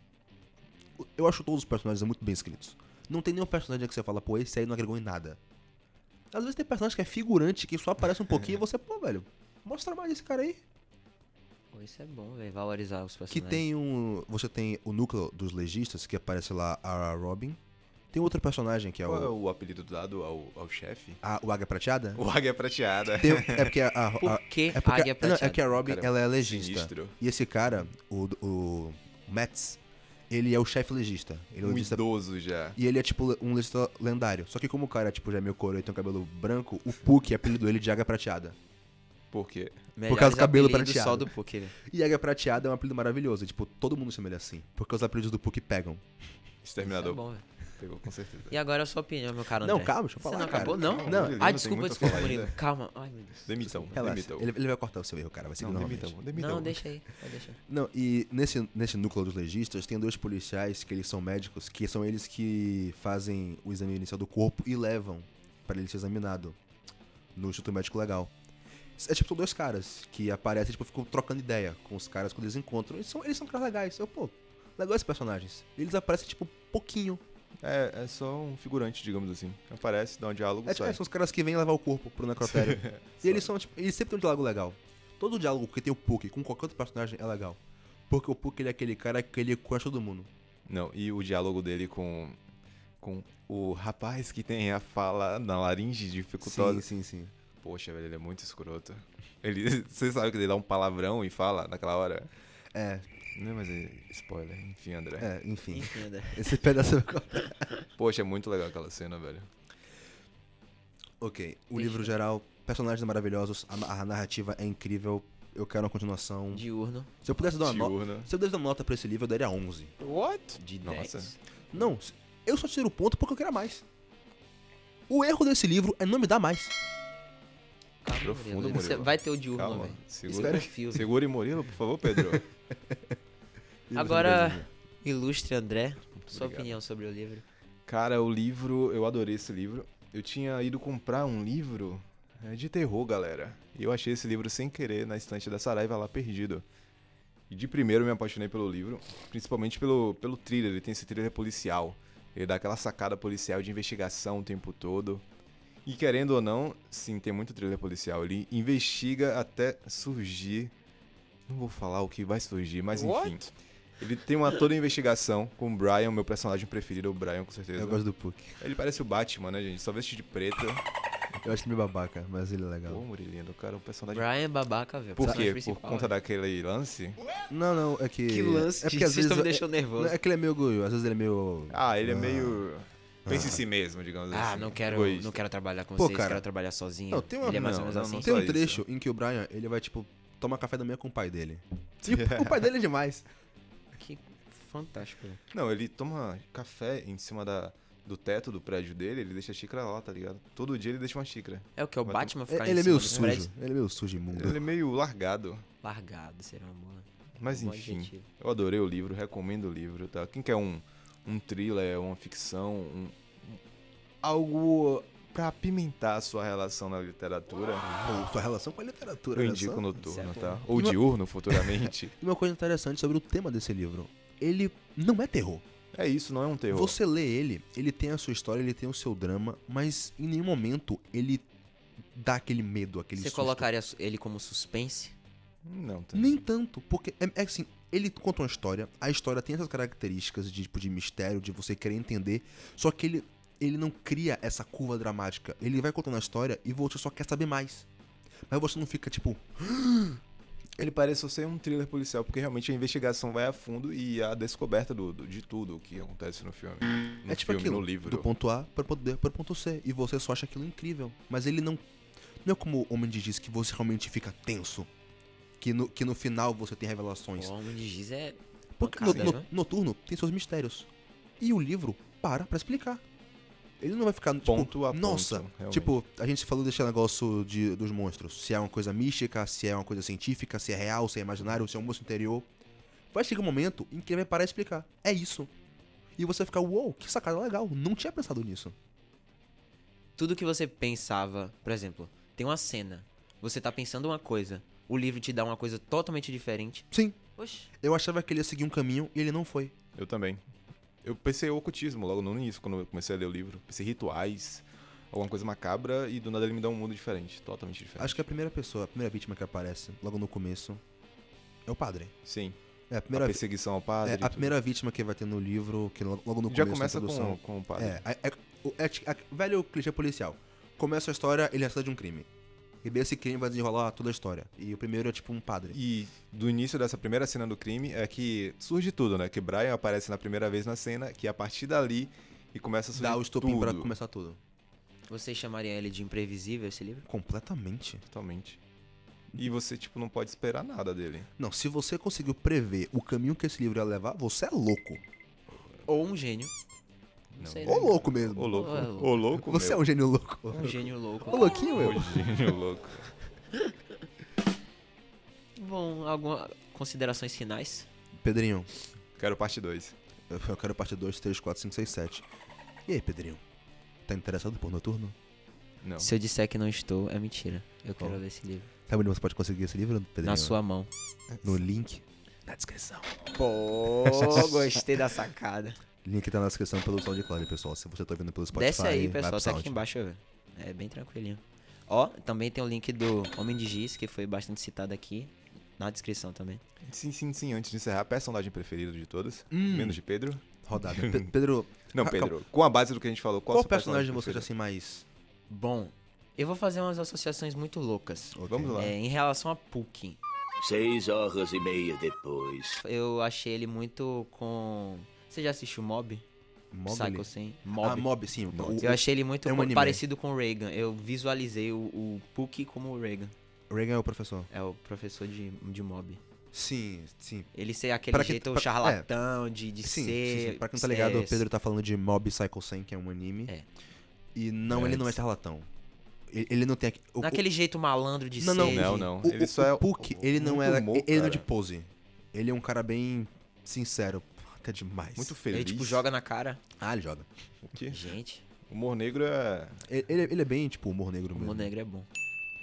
Eu acho todos os personagens muito bem escritos. Não tem nenhum personagem que você fala, pô, esse aí não agregou em nada. Às vezes tem personagem que é figurante, que só aparece um pouquinho e você, pô, velho, mostra mais esse cara aí.
Pô, isso é bom, velho. Valorizar os
Que
personagens.
tem um. Você tem o núcleo dos legistas, que aparece lá a Robin. Tem outro personagem que é
Qual é
o.
o apelido dado ao, ao chefe?
A, o Águia Prateada?
O Águia Prateada.
Tem- é porque a, a- a-
Por que
é porque
águia
não, é
prateada?
que a Robin
Cara,
ela é legista.
Sinistro.
E esse cara, o, o Metz, ele é o chefe legista. Ele é o
Um
legista
idoso já.
E ele é tipo um legista lendário. Só que como o cara tipo, já é meio coroa e tem um cabelo branco, o Puck apelidou ele de Águia Prateada.
Por quê?
Melhores
causa do cabelo
apelidos
prateado. é
Só do Puck.
E Águia Prateada é um apelido maravilhoso. Tipo, todo mundo chama ele assim. Porque os apelidos do Puck pegam.
Exterminador.
Tá bom, velho.
Pegou, com certeza.
e agora a sua opinião, meu caro
Não,
André?
calma, deixa eu falar,
Você não
cara.
acabou, não?
Não.
Murilo,
Ah,
tem
desculpa,
muito a
desculpa,
falar
Murilo.
ainda.
Calma. Ai, meu Deus.
Demitam,
Relaxa.
demitam.
Ele, ele vai cortar o seu erro, cara. Vai seguir
é Não,
normalmente.
demitam, demitam.
não, deixa aí. Pode deixar.
Não, e nesse, nesse núcleo dos legistas tem dois policiais que eles são médicos, que são eles que fazem o exame inicial do corpo e levam pra ele ser examinado no Instituto Médico Legal. É tipo, são dois caras que aparecem, tipo, ficam trocando ideia com os caras quando eles encontram. Eles são, eles são caras legais. Eu, pô, legal esses personagens. Eles aparecem, tipo, pouquinho.
É, é só um figurante, digamos assim. Aparece, dá um diálogo,
É, tipo,
sai.
são os caras que vêm levar o corpo pro necrotério. e eles são, tipo, eles sempre têm um diálogo legal. Todo diálogo que tem o Puck com qualquer outro personagem é legal. Porque o Puck, ele é aquele cara que ele conhece todo mundo.
Não, e o diálogo dele com, com o rapaz que tem a fala na laringe dificultosa.
sim, sim.
Poxa, velho, ele é muito escroto. Ele, você sabe que ele dá um palavrão e fala naquela hora?
É,
Não, mas é spoiler. Enfim, André.
é, enfim.
Enfim, André.
Esse pedaço eu
Poxa, é muito legal aquela cena, velho.
Ok, o livro geral, personagens maravilhosos, a, a narrativa é incrível. Eu quero uma continuação.
Diurno.
Se eu pudesse dar uma
Diurna.
nota. Se eu pudesse dar uma nota pra esse livro, eu daria 11.
What?
De
Nossa.
10.
Não, eu só tiro o ponto porque eu quero mais. O erro desse livro é não me dar mais.
Calma,
Profundo,
Murilo. Você
Murilo.
vai ter o diurno,
Calma.
velho. é
Segura,
Confio.
segura e Murilo, por favor, Pedro.
Agora, ilustre André, sua
obrigado.
opinião sobre o livro.
Cara, o livro, eu adorei esse livro. Eu tinha ido comprar um livro é, de terror, galera. E eu achei esse livro sem querer na estante da Saraiva lá perdido. E de primeiro eu me apaixonei pelo livro, principalmente pelo, pelo thriller. Ele tem esse thriller policial. Ele dá aquela sacada policial de investigação o tempo todo. E querendo ou não, sim, tem muito thriller policial. Ele investiga até surgir. Não vou falar o que vai surgir, mas enfim. Ele tem uma toda investigação com o Brian, meu personagem preferido, é o Brian, com certeza.
Eu gosto do Puck.
Ele parece o Batman, né, gente? Só veste de preta.
Eu acho ele meio babaca, mas ele é legal.
Pô, Murilinho, o cara é um personagem.
Brian é babaca, velho.
Por
personagem
quê? Por
principal, né?
conta
velho.
daquele lance?
Não, não, é que.
Que lance,
é porque às
vocês
vezes.
estão me
é-
deixando nervoso.
não, É que ele é meio orgulho, às vezes ele é meio.
Ah, ele é meio. Pensa em si mesmo, digamos assim.
Ah, não quero,
Egoísta.
não quero trabalhar com
Pô,
vocês,
cara.
quero trabalhar sozinho.
Não, tem uma-
Ele é mais
não,
ou menos
não,
assim.
não.
Tem
só
um
isso.
trecho em que o Brian, ele vai, tipo, tomar café da manhã com o pai dele. E o pai dele é demais.
Que fantástico. velho.
Não, ele toma café em cima da, do teto do prédio dele, ele deixa a xícara lá, tá ligado? Todo dia ele deixa uma xícara.
É o que? O
Mas
Batman ficar
Ele
em
é meio
cima do prédio?
sujo. Ele é meio sujo imundo.
Ele é meio largado.
Largado, seria uma boa.
Mas
um bom
enfim,
adjetivo.
eu adorei o livro, recomendo o livro, tá? Quem quer um, um thriller, uma ficção, um, um- algo pra apimentar a sua relação na literatura,
Pô, sua relação com a literatura.
eu
olha
indico
só.
noturno,
Certo.
é
tá? Ou diurno, futuramente.
E uma coisa interessante sobre o tema desse livro. Ele não é terror.
É isso, não é um terror.
Você lê ele, ele tem a sua história, ele tem o seu drama, mas em nenhum momento ele dá aquele medo, aquele
Você
susto.
colocaria su- ele como suspense?
Não, tá.
Nem tanto, porque é, é assim, ele conta uma história, a história tem essas características de tipo de mistério, de você querer entender, só que ele ele não cria essa curva dramática. Ele vai contando a história e você só quer saber mais. Mas você não fica tipo,
Ele parece ser um thriller policial, porque realmente a investigação vai a fundo e a descoberta do, do- de tudo o que acontece no filme. No
é tipo
filme,
aquilo,
no livro.
do ponto A para o ponto D para o ponto C, e você só acha aquilo incrível, mas ele não não é como o Homem de Giz que você realmente fica tenso, que no, que no final você tem revelações.
O Homem de Giz é.
Porque
pancada,
no-
né?
no- Noturno tem seus mistérios. E o livro para pra explicar. Ele não vai ficar tipo,
Ponto a ponto,
nossa,
realmente.
tipo, a gente falou desse negócio de, dos monstros, se é uma coisa mística, se é uma coisa científica, se é real, se é imaginário, se é um monstro interior. Vai chegar um momento em que ele vai parar de explicar. É isso. E você vai ficar, uou, que sacada legal, não tinha pensado nisso.
Tudo que você pensava, por exemplo, tem uma cena. Você tá pensando uma coisa, o livro te dá uma coisa totalmente diferente.
Sim,
Oxe,
eu achava que ele ia seguir um caminho e ele não foi.
Eu também. Eu pensei em ocultismo logo no início, quando eu comecei a ler o livro. Pensei em rituais, alguma coisa macabra, e do nada ele me dá um mundo diferente, totalmente diferente.
Acho que a primeira pessoa, a primeira vítima que aparece logo no começo é o padre.
Sim.
É a
a
primeira
perseguição ao padre.
É,
e
a
tudo.
primeira vítima que vai ter no livro, que logo logo no
Já
começo
começa
da introdução.
com, com o padre.
É, é, é, o- é, ti- é, velho clichê policial. Começa a história, ele é acusado de um crime. E desse crime vai desenrolar toda a história. E o primeiro é tipo um padre.
E do início dessa primeira cena do crime é que surge tudo, né? Que Brian aparece na primeira vez na cena, que a partir dali e começa a surgir
Dá o estopim
é tudo.
pra começar tudo.
Vocês chamariam ele de imprevisível, esse livro?
Completamente.
Totalmente. E você, tipo, não pode esperar nada dele.
Não, se você conseguiu prever o caminho que esse livro ia levar, você é louco.
Ou um gênio.
Não.
sei, né?
Ou louco mesmo.
Ô louco.
Ô,
Ô louco.
Você é
meu.
um gênio louco.
Um gênio louco.
Ô louquinho,
Ô
meu.
um gênio louco.
Bom, algumas considerações finais?
Pedrinho,
Quero parte 2.
eu eu quero parte 2, 3, 4, 5, 6, 7. E aí, Pedrinho? Tá interessado por noturno?
Não.
Se eu disser que não estou, é mentira. Eu quero
Bom.
ler esse livro.
Sabe onde você pode conseguir esse livro, Pedrinho?
Na sua mão.
No link na descrição.
Pô, gostei da sacada.
Link tá na descrição pelo SoundCloud, pessoal. Se você tá vendo pelo Spotify,
Desce aí,
vai pro
pessoal. Tá
Sound.
aqui embaixo. É bem tranquilinho. Ó, também tem o link do Homem de Giz, que foi bastante citado aqui. Na descrição também.
Sim, sim, sim. Antes de encerrar, personagem preferido de todos.
Hum.
Menos de Pedro.
Rodada. Pe- Pedro,
Não,
Ah,
Pedro. Com a base do que a gente falou, qual,
qual,
o seu
personagem de
personagem,
vocês assim
preferido?
mais.
Bom, eu vou fazer umas associações muito loucas.
Vamos lá.
É, em relação a Pukin,
Seis horas e meia depois.
eu achei ele muito com. Você já assistiu Mob?
Mobile?
Psycho Sim.
Ah,
Mob.
Mob, sim. O,
eu achei ele muito
é um
co-
anime.
parecido com o Reagan. Eu visualizei o, o Puck como o Reagan.
o Reagan é o professor.
É o professor de, de Mob.
Sim, sim.
Ele ser aquele
Pra quem-
jeito
pra- é.
charlatão de, de
Sim,
ser.
sim, sim. Pra quem não tá
é,
ligado, o Pedro tá falando de Mob Psycho 100, que é um anime.
É.
E não,
É,
ele não é
isso.
charlatão. Ele, ele não é tem... aqui- O,
Naquele jeito malandro de
Não,
ser.
não,
de-
Não, não.
o, o,
ele só é
o Puck, ele não
muito
é...
humor,
ele não é de
cara.
pose. Ele é um cara bem sincero. Até demais.
Muito feliz.
Ele tipo joga na cara.
Ah, ele joga.
O quê?
Gente,
Humor negro é.
Ele, ele- ele é bem, tipo, humor negro
o
mesmo.
mundo negro é bom.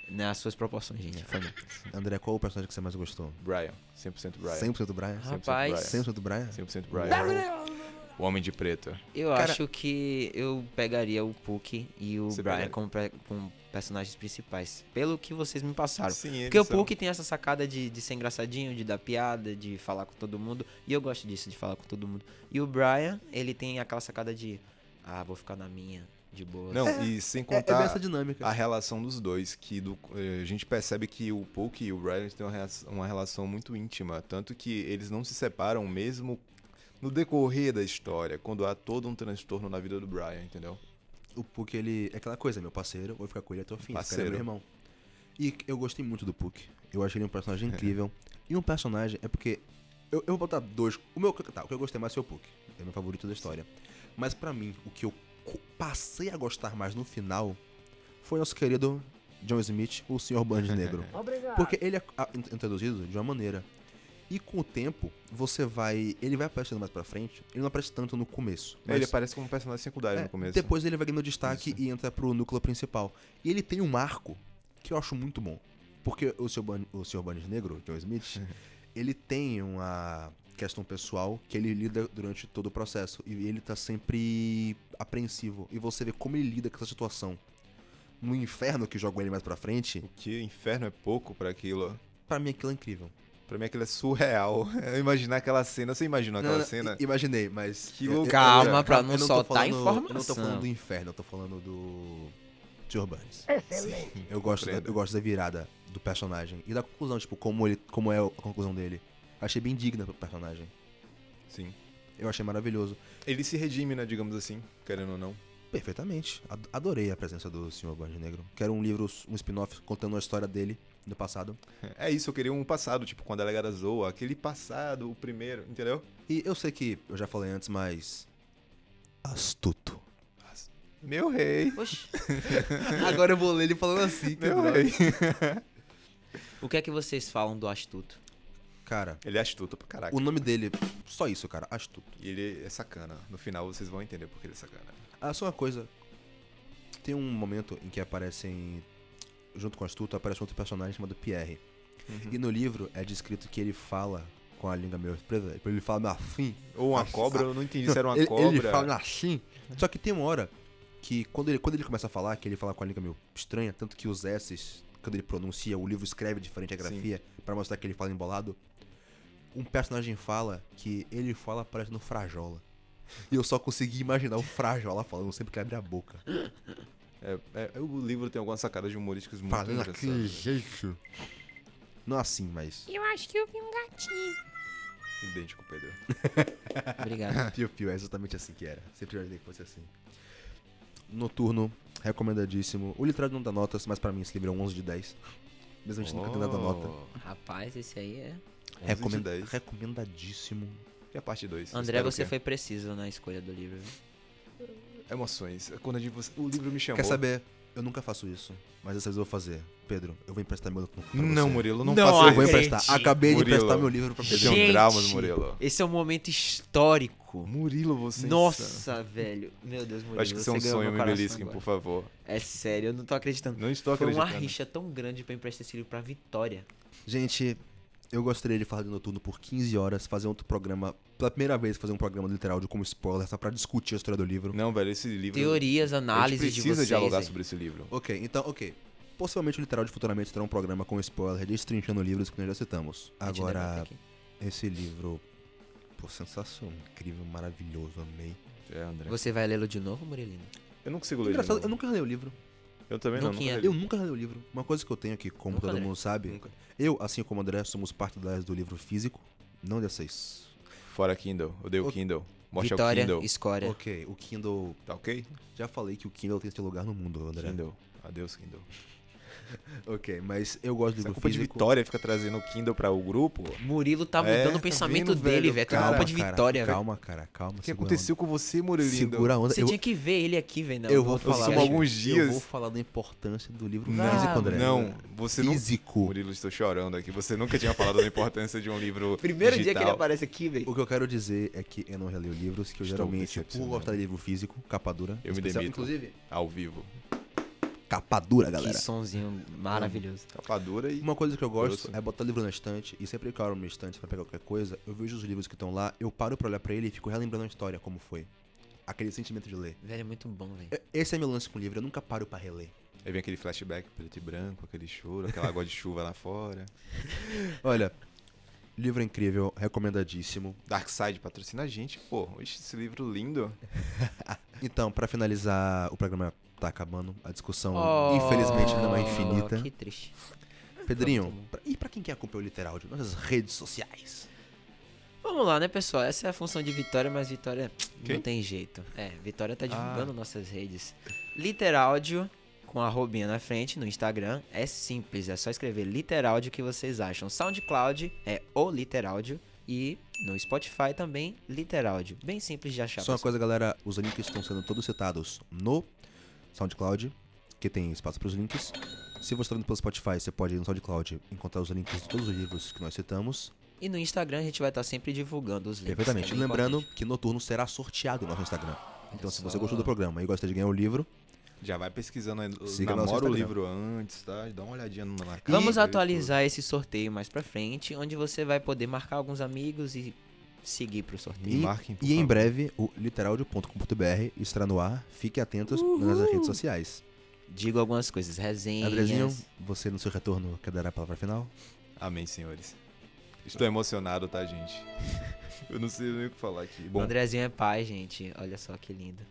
Nas suas proporções,
É,
gente. Foi bom.
André, qual o personagem que você mais gostou?
Brian. 100% Brian.
100% Brian?
Rapaz.
100% Brian?
100% Brian. O Homem de Preto.
Eu
Cara-
acho que eu pegaria o Puck e o
Você
Brian
pegaria.
como, pre- como personagens principais. Pelo que vocês me passaram.
Sim, eles
Porque o
são-
Puck tem essa sacada de, de ser engraçadinho, de dar piada, de falar com todo mundo. E eu gosto disso, de falar com todo mundo. E o Brian, ele tem aquela sacada de. Ah, vou ficar na minha, de boa.
Não, e sem
É, é bem
contar
essa dinâmica.
a relação dos dois, que do- eh, a gente percebe que o Polk e o Brian têm uma relação, uma relação muito íntima, tanto que eles não se separam mesmo no decorrer da história, quando há todo um transtorno na vida do Brian, entendeu?
O Puck, ele é aquela coisa, meu parceiro, vou ficar com ele até o fim. esse cara é
Parceiro.
meu irmão. E eu gostei muito do Puck. Eu achei ele um
É.
personagem incrível. E um personagem é porque. Eu, eu vou botar dois. O meu. Tá, o que eu gostei mais foi o Puck. É meu favorito da história. Mas pra mim, o que eu co- passei a gostar mais no final foi nosso querido John Smith, o Sr. Band Negro. Obrigado. Porque ele é ah, in- introduzido de uma maneira. E com o tempo, você vai. Ele vai aparecendo mais pra frente. Ele não aparece tanto no começo.
Ele
mas-
aparece como um personagem secundário
é,
no começo.
Depois ele vai ganhando destaque e entra pro núcleo principal. E ele tem um arco que eu acho muito bom. Porque o seu Ban- o Sr. Banes Negro, John Smith, ele tem uma questão pessoal que ele lida durante todo o processo. E ele tá sempre apreensivo. E você vê como ele lida com essa situação. No inferno que joga ele mais pra frente,
O que inferno é pouco pra aquilo.
pra mim aquilo é incrível.
Pra mim aquilo é surreal. Eu imaginar aquela cena, você imaginou aquela
Não, não,
cena?
né?
i- Imaginei, mas.
Que
eu- eu-
loucura.
Calma, pra
eu
não
tô
soltar
falando- Eu não tô
informação.
falando do inferno, eu tô falando do. Sr. Burns. Eu gosto, da,
Compreendo.
eu gosto da virada do personagem e da conclusão, tipo, como, ele, como é a conclusão dele. Achei bem digna pro personagem.
Sim.
Eu achei maravilhoso.
Ele se redime, né, digamos assim, querendo ou não.
Perfeitamente. Ad- Adorei a presença do Sr. Band Negro. Quero um livro, um spin-off contando a história dele do passado.
É isso, eu queria um passado, tipo, quando a delegada zoa, aquele passado, o primeiro, entendeu?
E eu sei que eu já falei antes, mas. Astuto.
Meu rei.
Poxa,
Agora eu vou ler ele falando assim,
Meu rei.
é. o que é que vocês falam do astuto?
Cara,
Ele é astuto pra caraca.
o nome dele, só isso, cara, astuto.
E ele é sacana. No final vocês vão entender porque ele é sacana.
Ah, só uma coisa. Tem um momento em que aparecem. Junto com o Astuto, aparece um outro personagem chamado Pierre. E no livro é descrito que ele fala com a língua meio presa. Ele fala assim.
Ou uma
Nossa.
cobra, eu não entendi se era uma
ele,
cobra.
Ele fala assim. Só que tem uma hora que quando ele, quando ele começa a falar, que ele fala com a língua meio estranha, tanto que os S's, quando ele pronuncia, o livro escreve diferente a
Sim.
grafia, pra mostrar que ele fala embolado. Um personagem fala que ele fala parece no Frajola. E eu só consegui imaginar o Frajola falando sempre que abre a boca.
É, é- o livro tem algumas sacadas humorísticas muito
Falando
engraçadas. né?
aquele jeito. Não assim, mas.
Eu acho que eu vi um gatinho.
Idêntico, Pedro.
Obrigado.
Piu Piu, é exatamente assim que era. Sempre imaginei que fosse assim. Noturno, recomendadíssimo. O literário não dá notas, mas pra mim esse livro é um 11 de 10. Mesmo a gente nunca tendo dado nota.
Rapaz, esse aí é.
11 Oh, de
Recomen-
10.
Recomendadíssimo.
E a parte 2?
André, você foi preciso na escolha do livro. viu?
Emoções. Quando a gente- o livro me chamou.
Quer saber? Eu nunca faço isso, mas dessa vez eu vou fazer. Pedro, eu vou emprestar meu livro pra
Não,
você.
Murilo, não,
Não,
faça
Eu vou
isso.
acredito.
emprestar. Acabei de
Murilo.
emprestar meu livro pra
Você
Pedro.
tem um
Gente!
trauma do Murilo.
Esse é um momento histórico.
Murilo, você.
é
Nossa, velho. Meu Deus,
Eu
Murilo.
acho que isso é um
ganhou
sonho,
meu
me
coração
belisquem,
agora.
por favor.
É sério, eu não tô acreditando.
Não estou
Foi uma
acreditando.
rixa tão grande pra emprestar esse livro pra Vitória.
Gente, eu gostaria de falar de Noturno por 15 horas, fazer outro programa, pela primeira vez fazer um programa literal de como spoiler, só pra discutir a história do livro.
Não, velho, esse livro.
Teorias,
a gente
análises de
precisa
vocês.
dialogar
hein?
sobre esse livro.
Ok, então, ok. Possivelmente o literal de futuramente terá um programa com spoiler destrinchando livros que nós já citamos.
A gente deve
Agora,
botar aqui.
esse livro, pô, sensação, incrível, maravilhoso, amei.
É, André.
Você vai lê-lo de novo, Murilino?
Eu não consigo ler. de
Engraçado,
novo.
eu nunca leio o livro.
Eu também não.
Nunca
nunca
ia-
li.
Eu nunca leio o livro. Uma coisa que eu tenho aqui, como
Nunca
todo
leu.
mundo sabe,
Nunca.
eu, assim como o André, somos partidários do livro físico, não de vocês.
Fora Kindle. Odeio
O-
Kindle. Mostra o
Vitória,
Kindle.
escória.
Ok, o Kindle.
Tá ok?
Já falei que o Kindle tem seu lugar no mundo, André.
Kindle. Adeus, Kindle.
Ok, mas eu gosto do
Essa
livro
culpa de
físico.
Vitória fica trazendo o Kindle pra o grupo. O
Murilo tá
É,
mudando
tá
o pensamento
vendo,
dele,
velho?
velho. Tá
Calma,
na culpa de Vitória, velho.
Calma, cara, calma.
que aconteceu com você, Murilo?
Segura a onda.
Você
eu,
tinha que ver ele aqui, velho. não,
É, eu vou
no
falar.
podcast.
sumo alguns dias.
Eu vou falar da importância do livro
Não,
físico, André.
não. Você não.
físico.
Murilo, estou chorando aqui. Você nunca tinha falado da importância de um livro.
Primeiro dia que ele
digital.
aparece aqui, velho.
O que eu quero dizer é que eu não releio livros, que eu
Estou
geralmente, por
decepcionado.
gostar de livro físico, capa dura.
Eu me
especial-
demito.
Inclusive,
Ao vivo.
capa dura,
Que
galera.
sonzinho maravilhoso.
Capa dura e.
Uma coisa que eu gosto
Grosso.
é botar livro na estante e sempre que eu abro minha estante pra pegar qualquer coisa, eu vejo os livros que estão lá, eu paro pra olhar pra ele e fico relembrando a história, como foi. Aquele sentimento de ler.
Velho, é muito bom, velho.
E- Esse é meu lance com o livro, eu nunca paro pra reler.
Aí vem aquele flashback preto e branco, aquele choro, aquela água de chuva lá fora.
Olha, livro é incrível, recomendadíssimo.
Darkseid patrocina a gente, pô. Ixi, esse livro lindo.
Então, pra finalizar, o programa tá acabando. A discussão,
Oh,
infelizmente, não é infinita.
Que tá triste.
Pedrinho, pra- e pra quem quer acompanhar o literal de nossas redes sociais?
Vamos lá, né, pessoal? Essa é a função de Vitória, mas Vitória
Quem?
não tem jeito. É, Vitória tá divulgando
Ah.
nossas redes. Literáudio, com a robinha na frente, no Instagram. É simples, é só escrever Literáudio que vocês acham. SoundCloud é o Literáudio. E no Spotify também, Literáudio. Bem simples de achar.
Só uma
pessoal.
coisa, galera, os links estão sendo todos citados no SoundCloud, que tem espaço pros links. Se você tá vindo pelo Spotify, você pode ir no SoundCloud e encontrar os links de todos os livros que nós citamos.
E no Instagram a gente vai estar sempre divulgando os links.
Perfeitamente.
é bem
Lembrando
importante.
que Noturno será sorteado no nosso Instagram. Então, se você
só.
gostou do programa e gosta de ganhar o livro,
Já vai pesquisando, aí,
Siga nosso
namora o
Instagram.
livro antes, tá? Dá uma olhadinha na cara.
Vamos atualizar esse sorteio mais pra frente, onde você vai poder marcar alguns amigos e seguir pro sorteio.
Me marquem, por
E em
favor.
breve, o literaldio.com.br estará no ar. Fiquem atentos nas redes sociais.
Digo algumas coisas, resenhas.
Andrezinho, você no seu retorno quer dar a palavra final?
Amém, senhores. Estou emocionado, tá, gente? Eu não sei nem o que falar aqui.
O
Bom,
Andrezinho é pai, gente. Olha só que lindo.
é, né,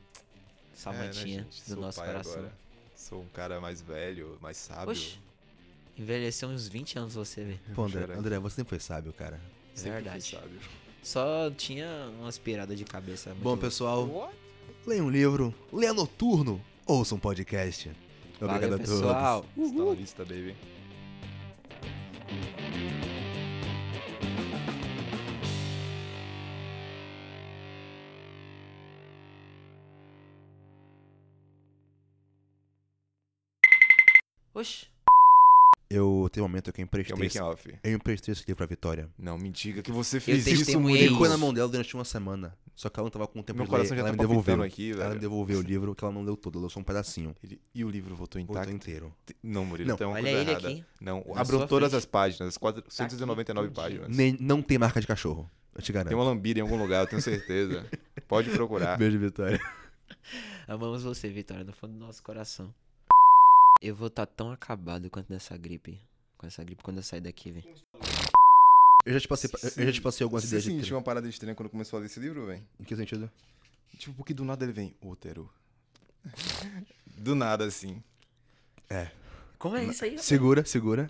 Salmantinha
gente?
do
Sou
nosso
pai
coração.
agora. Sou um cara mais velho, mais sábio.
Oxi. Envelheceu uns 20 anos você, vê.
Pô,
vou
André,
chorar.
André, você sempre foi sábio, cara.
Sempre
Verdade.
fui sábio.
Só tinha umas piradas de cabeça. muito
Bom,
louca.
pessoal, leia um livro, leia noturno, ouça um podcast. Obrigado
Valeu,
a todos.
pessoal.
Está tá na lista, baby.
Oxi.
Eu tenho um momento que eu
Que é o
emprestei.
making
esse-
off.
Eu emprestei esse livro pra Vitória.
Não, me diga que você fez isso,
testemunhei
Murilo.
Ficou
É
na
isso.
mão dela durante uma semana. Só que ela não tava com tempo
Meu
de
coração
ler.
já
ela
tá
me devolveu.
palpitando aqui,
ela me
velho.
devolveu o livro que ela não leu todo, ela leu só um pedacinho.
Ele- E o livro voltou
Voltou
intacto?
inteiro.
Não, Murilo,
Não.
tem uma
Olha
coisa
ele
errada.
aqui.
Não,
Na
abram
sua
todas
frente.
as páginas, 499
Tá aqui tudinho.
páginas.
Nem, não tem marca de cachorro. Eu te garanto.
Tem uma lambida em algum lugar, eu tenho certeza. Pode procurar.
Beijo, Vitória.
Amamos você, Vitória, no fundo do nosso coração. Eu vou estar tão acabado quanto nessa gripe. Com essa gripe quando eu sair daqui, velho.
Eu já te passei, pa- eu já te passei algumas
Você
ideias de
sentiu uma parada estranha quando começou a ler esse livro, velho?
Em que sentido?
Tipo, porque do nada ele vem, útero,
Do nada, assim.
Como é isso aí?
assim.
É.
é
Segura, segura.